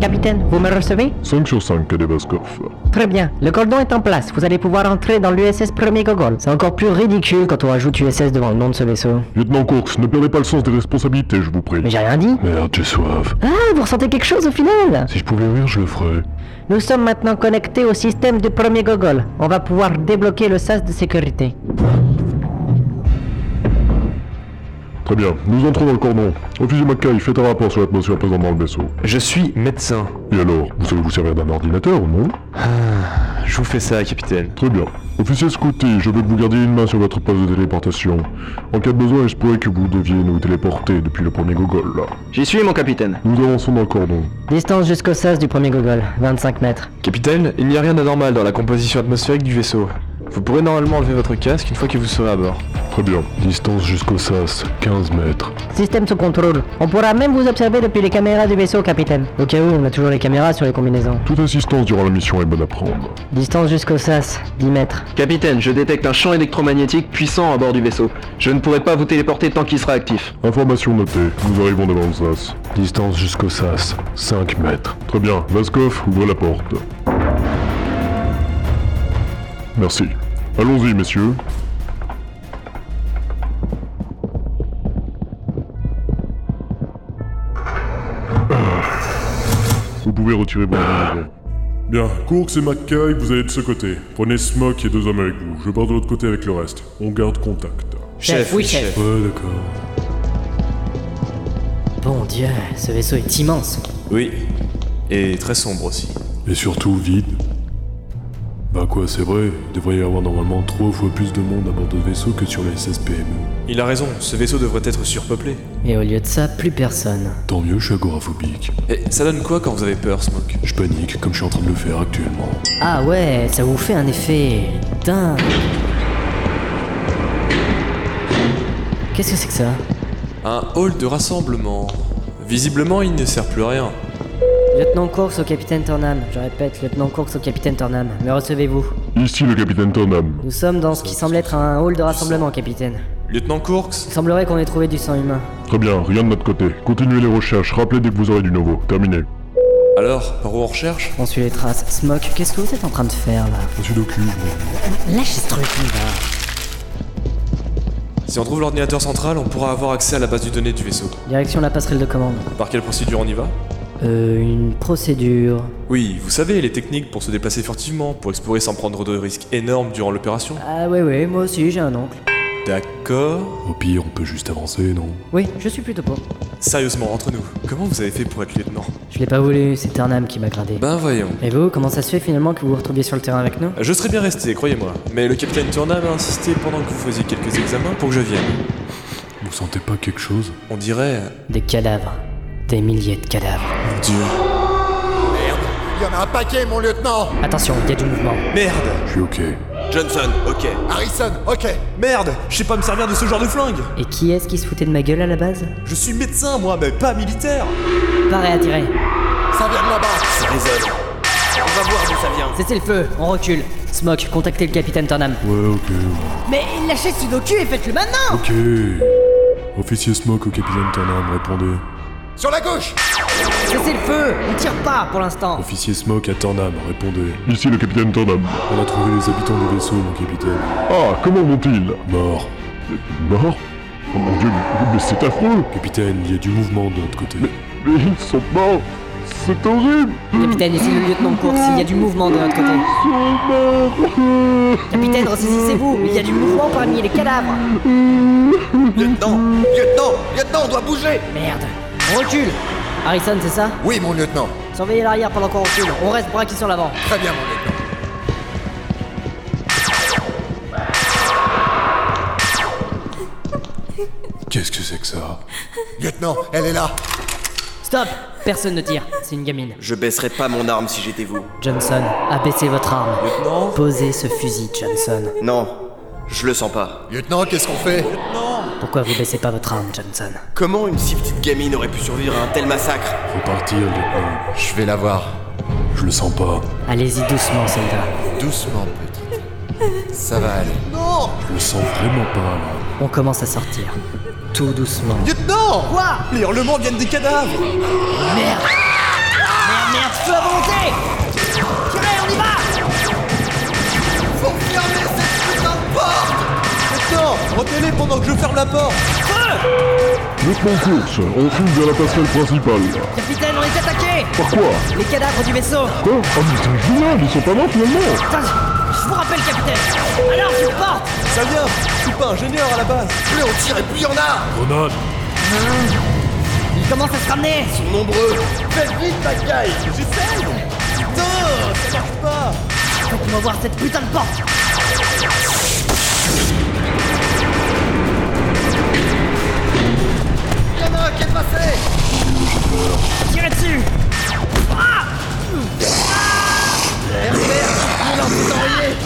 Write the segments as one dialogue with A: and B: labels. A: capitaine, vous me recevez
B: 5 sur 5, Kadebascoff.
A: Très bien, le cordon est en place, vous allez pouvoir entrer dans l'USS Premier Gogol. C'est encore plus ridicule quand on ajoute USS devant le nom de ce vaisseau.
B: Lieutenant Course, ne perdez pas le sens des responsabilités, je vous prie.
A: Mais j'ai rien dit
B: Merde, j'ai soif.
A: Ah, vous ressentez quelque chose au final
B: Si je pouvais rire, je le ferais.
A: Nous sommes maintenant connectés au système du Premier Gogol. On va pouvoir débloquer le sas de sécurité.
B: Très bien, nous entrons dans le cordon. Officier Mackay, faites un rapport sur l'atmosphère présente dans le vaisseau.
C: Je suis médecin.
B: Et alors, vous savez vous servir d'un ordinateur, non
C: Je vous fais ça, capitaine.
B: Très bien. Officier Scouty, je veux que vous gardiez une main sur votre poste de téléportation. En cas de besoin, il se pourrait que vous deviez nous téléporter depuis le premier gogol, là.
D: J'y suis, mon capitaine.
B: Nous avançons dans le cordon.
A: Distance jusqu'au sas du Premier Gogol, 25 mètres.
C: Capitaine, il n'y a rien d'anormal dans la composition atmosphérique du vaisseau. Vous pourrez normalement enlever votre casque une fois que vous serez à bord.
B: Très bien. Distance jusqu'au sas, 15 mètres.
A: Système sous contrôle. On pourra même vous observer depuis les caméras du vaisseau, capitaine. Au cas où, on a toujours les caméras sur les combinaisons.
B: Toute assistance durant la mission est bonne à prendre.
A: Distance jusqu'au sas, 10 mètres.
D: Capitaine, je détecte un champ électromagnétique puissant à bord du vaisseau. Je ne pourrai pas vous téléporter tant qu'il sera actif.
B: Information notée, nous arrivons devant le sas.
E: Distance jusqu'au sas, 5 mètres.
B: Très bien, Vaskov, ouvrez la porte. Merci. Allons-y, messieurs. Ah. Vous pouvez retirer vos
E: Ah.
B: armes. Bien, Courx et McKay, vous allez de ce côté. Prenez Smoke et deux hommes avec vous. Je pars de l'autre côté avec le reste. On garde contact.
F: Chef, oui, chef.
E: Ouais, d'accord.
A: Bon Dieu, ce vaisseau est immense.
C: Oui. Et très sombre aussi.
E: Et surtout vide. Bah quoi, c'est vrai, il devrait y avoir normalement trois fois plus de monde à bord de vaisseau que sur les SSPM.
C: Il a raison, ce vaisseau devrait être surpeuplé.
A: Et au lieu de ça, plus personne.
E: Tant mieux, je suis agoraphobique.
C: Et ça donne quoi quand vous avez peur, Smoke
E: Je panique, comme je suis en train de le faire actuellement.
A: Ah ouais, ça vous fait un effet dingue. Qu'est-ce que c'est que ça
C: Un hall de rassemblement. Visiblement, il ne sert plus à rien.
A: Lieutenant Course au capitaine Tornham. Je répète, lieutenant Course au capitaine Tornham. Me recevez-vous
B: Ici le capitaine Tonham.
A: Nous sommes dans ce qui semble être un hall de rassemblement, capitaine.
C: Lieutenant Courx
A: Il semblerait qu'on ait trouvé du sang humain.
B: Très bien, rien de notre côté. Continuez les recherches, rappelez dès que vous aurez du nouveau. Terminé.
C: Alors, par où on recherche
A: On suit les traces. Smoke, qu'est-ce que vous êtes en train de faire là
E: Je suis docu,
A: Lâche ce truc, on va.
C: Si on trouve l'ordinateur central, on pourra avoir accès à la base de données du vaisseau.
A: Direction la passerelle de commande.
C: Par quelle procédure on y va
A: Euh, une procédure.
C: Oui, vous savez, les techniques pour se déplacer furtivement, pour explorer sans prendre de risques énormes durant l'opération.
A: Ah ouais, ouais, moi aussi j'ai un oncle.
C: D'accord.
E: Au pire, on peut juste avancer, non
A: Oui, je suis plutôt pour.
C: Sérieusement, entre nous, comment vous avez fait pour être lieutenant
A: Je l'ai pas voulu, c'est Tornham qui m'a gradé.
C: Ben voyons.
A: Et vous, comment ça se fait finalement que vous vous retrouviez sur le terrain avec nous
C: Je serais bien resté, croyez-moi. Mais le capitaine Turnham a insisté pendant que vous faisiez quelques examens pour que je vienne.
E: Vous sentez pas quelque chose
C: On dirait...
A: Des cadavres. Des milliers de cadavres.
C: Mon Dieu.
G: Il y en a un paquet, mon lieutenant
A: Attention, il y a du mouvement.
C: Merde
E: Je suis ok.
C: Johnson, ok.
G: Harrison, ok
C: Merde Je sais pas me servir de ce genre de flingue
A: Et qui est-ce qui se foutait de ma gueule à la base
C: Je suis médecin, moi, mais pas militaire
A: Paré à tirer.
G: Ça vient de là-bas
A: Cessez le feu, on recule. Smoke, contactez le capitaine Tornham.
E: Ouais, ok, ouais.
H: Mais lâchez Sudoku et faites-le maintenant
E: Ok Officier Smoke au capitaine Turnham, répondez.
G: Sur la gauche
H: Cessez le feu On tire pas pour l'instant
E: Officier Smoke à Turnham, répondez.
B: Ici le capitaine Tonham.
E: On a trouvé les habitants du vaisseau, mon capitaine.
B: Ah, comment vont-ils
E: Mort.
B: Morts Oh mon dieu, mais, mais c'est affreux
E: Capitaine, il y a du mouvement de notre côté.
B: Mais ils sont morts C'est horrible
H: Capitaine, ici le lieutenant Course, il y a du mouvement de notre côté.
B: Ils sont morts
H: Capitaine, ressaisissez-vous, il y a du mouvement parmi les cadavres
G: Lieutenant Lieutenant Lieutenant, on doit bouger
H: Merde On recule
A: Harrison, c'est ça
G: Oui, mon lieutenant
H: Surveillez l'arrière pendant qu'on recule, on reste braqué sur l'avant.
G: Très bien, mon lieutenant
E: Qu'est-ce que c'est que ça
G: Lieutenant, elle est là
A: Stop Personne ne tire, c'est une gamine.
D: Je baisserai pas mon arme si j'étais vous.
A: Johnson, abaissez votre arme.
C: Lieutenant
A: Posez ce fusil, Johnson.
D: Non, je le sens pas.
G: Lieutenant, qu'est-ce qu'on fait
A: Pourquoi vous baissez pas votre arme, Johnson
D: Comment une si petite gamine aurait pu survivre à un tel massacre
E: Faut partir, lieutenant.
G: Je vais la voir.
E: Je le sens pas.
A: Allez-y doucement, soldat.
G: Doucement, petite. Ça va aller.
E: Je le sens vraiment pas, là.
A: On commence à sortir. Tout doucement.
G: Lieutenant
C: Les hurlements viennent des cadavres
H: Merde, merde,
A: Ah feu à volonté Tirez, on y va
I: Faut fermer cette putain de porte Attends, retenez pendant que je ferme la porte
J: Groupement course, on file vers la passerelle principale.
A: Capitaine, on est attaqué
J: Par quoi
A: Les cadavres du vaisseau
J: Quoi Oh mais c'est une vilain, ils sont pas morts finalement
A: Putain, je vous rappelle, capitaine Alors, je porte
I: Ça vient Je suis pas ingénieur à la base Plus on tire et plus y en a
K: Grenade
A: Ils commencent à se ramener
I: Ils sont nombreux Faites vite, Macaille J'essaie Putain Ça marche pas
A: Faites-moi voir cette putain de porte
I: Y'en a un qui est passé
A: Tirez dessus
I: Il est en train d'envoyer.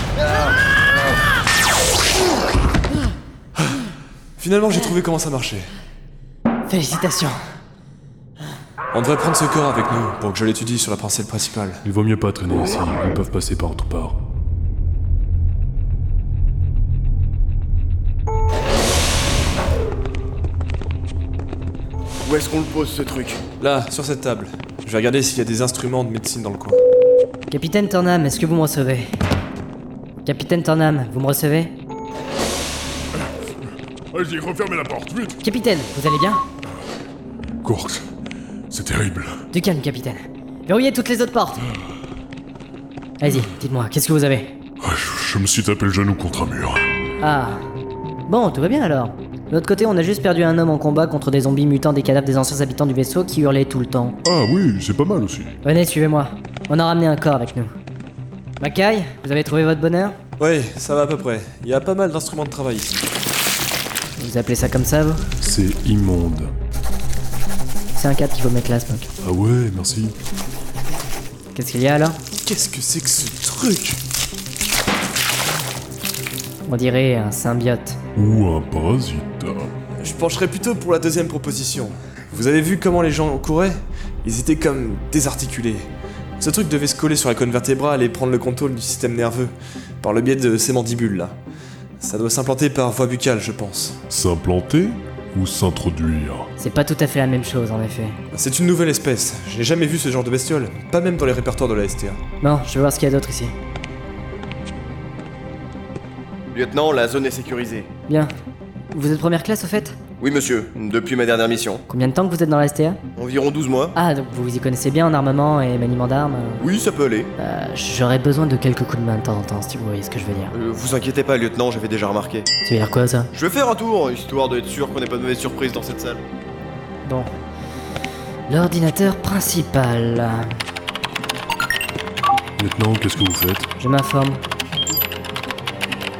C: Finalement, j'ai trouvé comment ça marchait.
A: Félicitations
C: On devrait prendre ce corps avec nous pour que je l'étudie sur la pensée principale.
K: Il vaut mieux pas traîner ici, ils peuvent passer par autre part.
G: Où est-ce qu'on le pose ce truc
C: Là, sur cette table, je vais regarder s'il y a des instruments de médecine dans le coin.
A: Capitaine Tornam, est-ce que vous me recevez Capitaine Tornam, vous me recevez
J: Vas-y, refermez la porte, vite
A: Capitaine, vous allez bien
J: Corks, c'est terrible.
A: Du calme, capitaine. Verrouillez toutes les autres portes. Vas-y, dites-moi, qu'est-ce que vous avez
J: Ah, je, je me suis tapé le genou contre un mur.
A: Ah. Bon, tout va bien alors. De l'autre côté, on a juste perdu un homme en combat contre des zombies mutants des cadavres des anciens habitants du vaisseau qui hurlaient tout le temps.
J: Ah oui, c'est pas mal aussi.
A: Venez, suivez-moi. On a ramené un corps avec nous. Makai, vous avez trouvé votre bonheur
C: Oui, ça va à peu près. Il y a pas mal d'instruments de travail ici.
A: Vous appelez ça comme ça, vous
K: C'est immonde.
A: C'est un cadre qu'il faut mettre là, Spock.
K: Ah ouais, merci.
A: Qu'est-ce qu'il y a alors
C: Qu'est-ce que c'est que ce truc
A: On dirait un symbiote.
J: Ou un parasite.
C: Je pencherais plutôt pour la deuxième proposition. Vous avez vu comment les gens couraient Ils étaient comme désarticulés. Ce truc devait se coller sur la colonne vertébrale et prendre le contrôle du système nerveux, par le biais de ces mandibules là. Ça doit s'implanter par voie buccale, je pense.
J: S'implanter ou s'introduire
A: C'est pas tout à fait la même chose, en effet.
C: C'est une nouvelle espèce, j'ai jamais vu ce genre de bestiole, pas même dans les répertoires de la STA.
A: Bon, je vais voir ce qu'il y a d'autre ici.
G: Lieutenant, la zone est sécurisée.
A: Bien. Vous êtes première classe, au fait
G: Oui, monsieur, depuis ma dernière mission.
A: Combien de temps que vous êtes dans la STA
G: Environ 12 mois.
A: Ah, donc vous vous y connaissez bien en armement et maniement d'armes euh,
G: Oui, ça peut aller.
A: euh, J'aurais besoin de quelques coups de main de temps en temps, si vous voyez ce que je veux dire.
G: Euh, vous inquiétez pas, lieutenant, j'avais déjà remarqué.
A: Tu veux dire quoi, ça
G: Je vais faire un tour, histoire d'être sûr qu'on n'ait pas de mauvaise surprise dans cette salle.
A: Bon. L'ordinateur principal.
K: Lieutenant, qu'est-ce que vous faites
A: Je m'informe.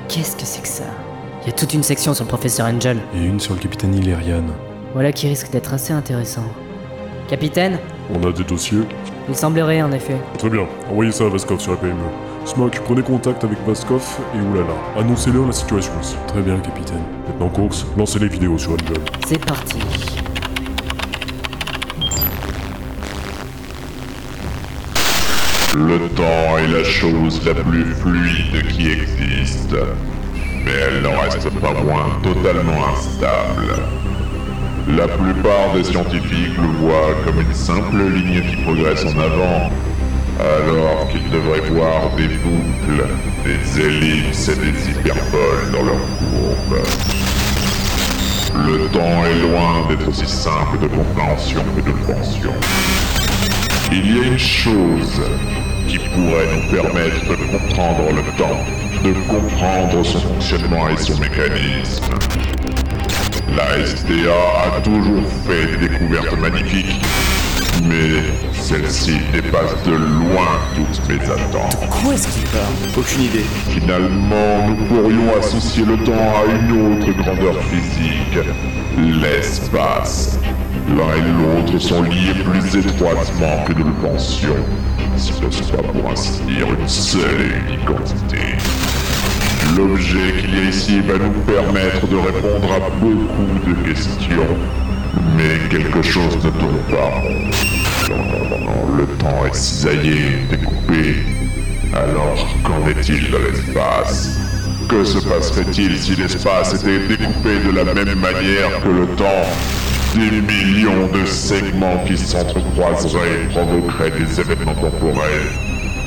A: Qu'est-ce que c'est que ça Il y a toute une section sur le professeur Angel.
K: Et une sur le capitaine Ilerian.
A: Voilà qui risque d'être assez intéressant. Capitaine
J: On a des dossiers
A: Il semblerait, en effet.
J: Très bien, envoyez ça à Vaskov sur la PME. Smoke, prenez contact avec Vaskov et Oulala. Annoncez-leur la situation aussi.
K: Très bien, capitaine.
J: Maintenant, Corks, lancez les vidéos sur Angel.
A: C'est parti.
B: Le temps est la chose la plus fluide qui existe, mais elle n'en reste pas moins totalement instable. La plupart des scientifiques le voient comme une simple ligne qui progresse en avant, alors qu'ils devraient voir des boucles, des ellipses et des hyperboles dans leurs courbes. Le temps est loin d'être aussi simple de compréhension que de pension. Il y a une chose qui pourrait nous permettre de comprendre le temps, de comprendre son fonctionnement et son mécanisme. La SDA a toujours fait des découvertes magnifiques, mais celle-ci dépasse de loin toutes mes attentes.
G: Aucune idée.
B: Finalement, nous pourrions associer le temps à une autre grandeur physique, l'espace. L'un et l'autre sont liés plus étroitement que nous le pensions, si ce n'est pas pour ainsi dire une seule et unique entité. L'objet qu'il y a ici va nous permettre de répondre à beaucoup de questions, mais quelque chose ne tourne pas. Non, non, non, non, le temps est cisaillé, découpé. Alors, qu'en est-il de l'espace Que se passerait-il si l'espace était découpé de la même manière que le temps Des millions de segments qui s'entrecroiseraient provoqueraient des événements temporels.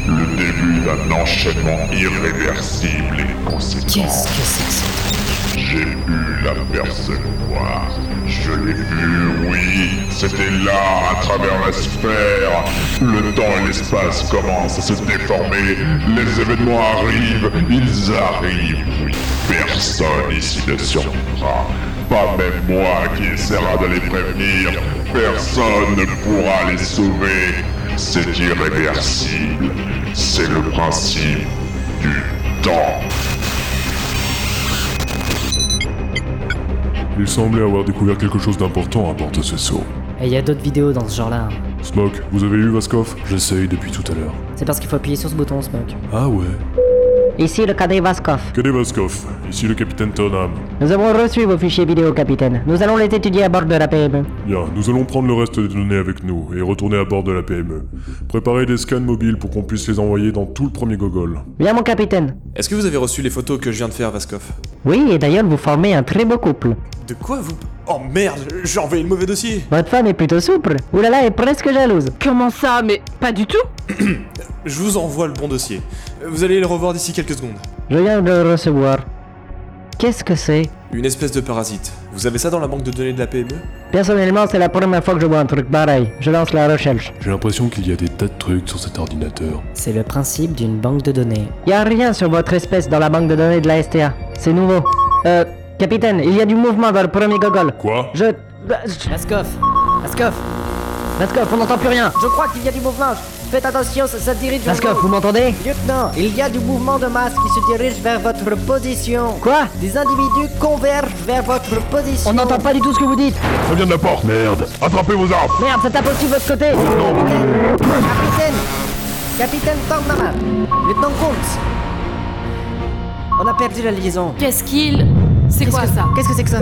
B: Le début d'un enchaînement irréversible et conséquent.
L: Qu'est-ce que c'est que ce truc
B: J'ai pu l'apercevoir. Je l'ai vu, oui. C'était là, à travers la sphère. Le temps et l'espace commencent à se déformer. Les événements arrivent. Ils arrivent, oui. Personne ici ne survivra. Pas même moi qui essaiera de les prévenir. Personne ne pourra les sauver. C'est irréversible. C'est le principe du temps.
M: Il semblait avoir découvert quelque chose d'important à bord de ce seau.
H: Et il y a d'autres vidéos dans ce genre-là. hein.
M: Smoke, vous avez eu Vaskov J'essaye depuis tout à l'heure.
H: C'est parce qu'il faut appuyer sur ce bouton, Smoke.
M: Ah ouais
A: Ici le cadet Vaskov.
M: Que des Vaskov Ici le capitaine Tonham.
A: Nous avons reçu vos fichiers vidéo, capitaine. Nous allons les étudier à bord de la E. PME.
M: Bien, nous allons prendre le reste des données avec nous et retourner à bord de la PME. Préparez des scans mobiles pour qu'on puisse les envoyer dans tout le premier gogol.
A: Bien, mon capitaine.
C: Est-ce que vous avez reçu les photos que je viens de faire, Vaskov
A: Oui, et d'ailleurs, vous formez un très beau couple.
C: De quoi vous Oh merde, j'ai envoyé le mauvais dossier
A: Votre femme est plutôt souple. Oulala est presque jalouse.
L: Comment ça Mais pas du tout
C: Je vous envoie le bon dossier. Vous allez le revoir d'ici quelques secondes.
A: Je viens de le recevoir. Qu'est-ce que c'est
C: Une espèce de parasite. Vous avez ça dans la banque de données de la E PME
A: Personnellement, c'est la première fois que je vois un truc pareil. Je lance la recherche.
E: J'ai l'impression qu'il y a des tas de trucs sur cet ordinateur.
H: C'est le principe d'une banque de données.
A: Y a rien sur votre espèce dans la banque de données de la STA. C'est nouveau. Euh, capitaine, il y a du mouvement vers le premier gogol.
M: Quoi
A: Je.
H: Vaskov Vaskov
A: Vaskov, on n'entend plus rien
H: Je crois qu'il y a du mouvement Faites attention, ça, ça se dirige vers
A: Vaskov,
H: vous.
A: vous m'entendez
H: Lieutenant, il y a du mouvement de masse qui se dirige vers votre position.
A: Quoi
H: Des individus convergent vers votre position.
A: On n'entend pas du tout ce que vous dites
B: Ça vient de la porte Merde Attrapez vos armes
A: Merde, ça tape aussi de votre côté
H: Capitaine Capitaine Tangmara Lieutenant Combs On a perdu la liaison.
L: Qu'est-ce qu'il. C'est quoi ça
H: Qu'est-ce que c'est que ça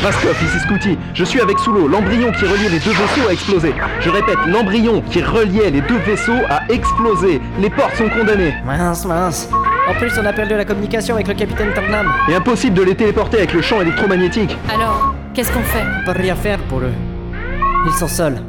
D: Vaskov, ici Scouty. Je suis avec Soulo. L'embryon qui reliait les deux vaisseaux a explosé. Je répète, l'embryon qui reliait les deux vaisseaux a explosé. Les portes sont condamnées.
H: Mince, mince. En plus, on a perdu la communication avec le capitaine Tangnam.
D: Et impossible de les téléporter avec le champ électromagnétique.
L: Alors, qu'est-ce qu'on fait
H: On peut rien faire pour eux. Ils sont seuls.